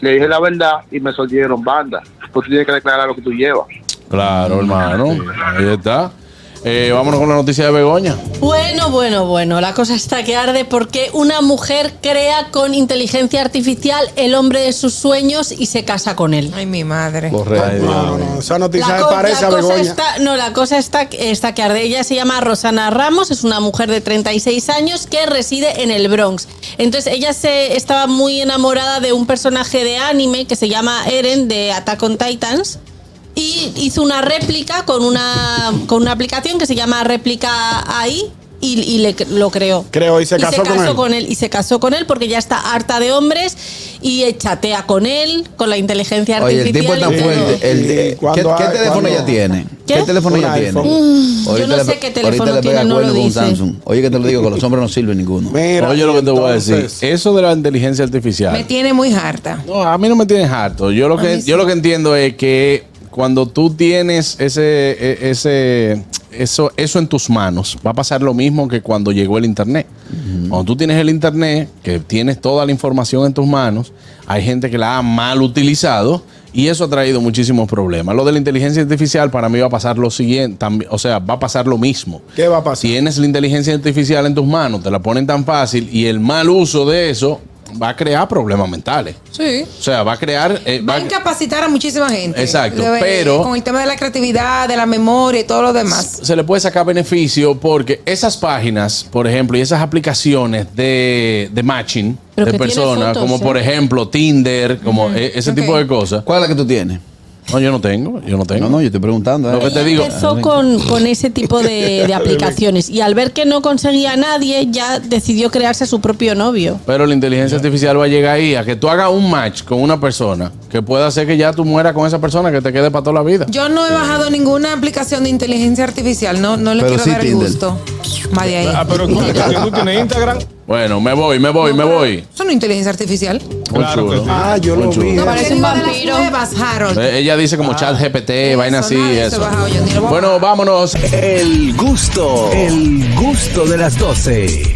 Speaker 15: Le dije la verdad y me soldieron banda. Pues tú tienes que declarar lo que tú llevas.
Speaker 1: Claro, hermano. Ahí está. Eh, vámonos con la noticia de Begoña.
Speaker 6: Bueno, bueno, bueno, la cosa está que arde porque una mujer crea con inteligencia artificial el hombre de sus sueños y se casa con él.
Speaker 9: Ay, mi madre.
Speaker 1: Correcto.
Speaker 3: No, no, esa noticia
Speaker 6: La
Speaker 3: me
Speaker 6: co-
Speaker 3: parece
Speaker 6: la
Speaker 3: a
Speaker 6: cosa
Speaker 3: Begoña.
Speaker 6: está, no, la cosa está, está que arde. Ella se llama Rosana Ramos, es una mujer de 36 años que reside en el Bronx. Entonces, ella se estaba muy enamorada de un personaje de anime que se llama Eren de Attack on Titans. Y hizo una réplica con una, con una aplicación que se llama Réplica AI y, y le, lo creó.
Speaker 3: Creo, y se casó con él.
Speaker 6: Y se casó con él porque ya está harta de hombres y eh, chatea con él, con la inteligencia
Speaker 4: Oye,
Speaker 6: artificial.
Speaker 4: el tipo es tan
Speaker 6: y todo.
Speaker 4: fuerte. el- ¿qué,
Speaker 3: cuando
Speaker 4: qué
Speaker 3: hay-
Speaker 4: teléfono
Speaker 3: cuando-
Speaker 4: ella tiene?
Speaker 6: ¿Qué?
Speaker 4: ¿Qué, teléfono
Speaker 6: Un
Speaker 4: ella
Speaker 6: iPhone.
Speaker 4: tiene?
Speaker 6: Mm, yo no sé
Speaker 4: pe-
Speaker 6: qué teléfono
Speaker 4: ahorita le
Speaker 6: tiene,
Speaker 4: pega
Speaker 6: no lo
Speaker 4: cuerno con
Speaker 6: dice.
Speaker 4: Samsung. Oye, que te lo digo, que los hombres no sirven ninguno.
Speaker 1: Oye, lo que te voy a decir. Eso de la inteligencia
Speaker 9: Me
Speaker 1: artificial.
Speaker 9: tiene muy harta.
Speaker 1: No, a mí no me tienes harto. Yo lo
Speaker 9: A
Speaker 1: que,
Speaker 9: mí
Speaker 1: yo lo que entiendo es que cuando tú tienes ese, e- ese, eso, eso en tus manos, va a pasar lo mismo que cuando llegó el internet. Cuando tú tienes el internet, que tienes toda la información en tus manos, hay gente que la ha mal utilizado. Y eso ha traído muchísimos problemas. Lo de la inteligencia artificial para mí va a pasar lo siguiente, tambi- o sea, va a pasar lo mismo.
Speaker 3: ¿Qué va a pasar?
Speaker 1: Tienes la inteligencia artificial en tus manos, te la ponen tan fácil y el mal uso de eso va a crear problemas mentales.
Speaker 9: Sí.
Speaker 1: O sea, va a crear. eh, va
Speaker 9: Va
Speaker 1: a-
Speaker 9: a incapacitar a muchísima gente.
Speaker 1: Exacto,
Speaker 9: De-
Speaker 1: pero-
Speaker 9: Con el tema de la creatividad, de la memoria y todo lo demás.
Speaker 1: se le puede sacar beneficio porque esas páginas, por ejemplo, y esas aplicaciones de, de matching
Speaker 4: Pero
Speaker 1: de
Speaker 4: que tiene
Speaker 1: personas,
Speaker 4: fotos,
Speaker 1: como
Speaker 4: ¿eh?
Speaker 1: por ejemplo Tinder, como e- ese tipo de cosas.
Speaker 4: ¿Cuál es la que tú tienes?
Speaker 1: No, yo no tengo, yo no tengo.
Speaker 4: No, no, yo estoy preguntando. eh.
Speaker 1: Lo que te digo.
Speaker 6: Empezó con, con ese tipo de, de aplicaciones y al ver que no conseguía a nadie, ya decidió crearse su propio novio.
Speaker 1: Pero la inteligencia artificial va a llegar ahí a que tú hagas un match con una persona que pueda hacer que ya tú mueras con esa persona que te quede para toda la vida.
Speaker 9: Yo no he bajado ninguna aplicación de inteligencia artificial. No, no le
Speaker 1: Pero
Speaker 9: quiero
Speaker 1: sí
Speaker 9: dar
Speaker 1: Tinder.
Speaker 9: el gusto. Vaya ahí.
Speaker 1: Ah, pero ¿cómo que tú
Speaker 5: tienes Instagram?
Speaker 1: Bueno, me voy, me voy, me voy.
Speaker 9: Eso no es inteligencia artificial.
Speaker 1: Muy chulo.
Speaker 3: Ah, yo
Speaker 1: Muy
Speaker 3: lo
Speaker 1: chulo.
Speaker 3: vi.
Speaker 9: No,
Speaker 3: parece
Speaker 9: parece
Speaker 3: un
Speaker 9: un vampiro. Harold.
Speaker 1: Eh, Ella dice
Speaker 4: Ah.
Speaker 1: como chat GPT, vaina así, eso. Bueno, vámonos.
Speaker 16: El gusto. El gusto de las 12.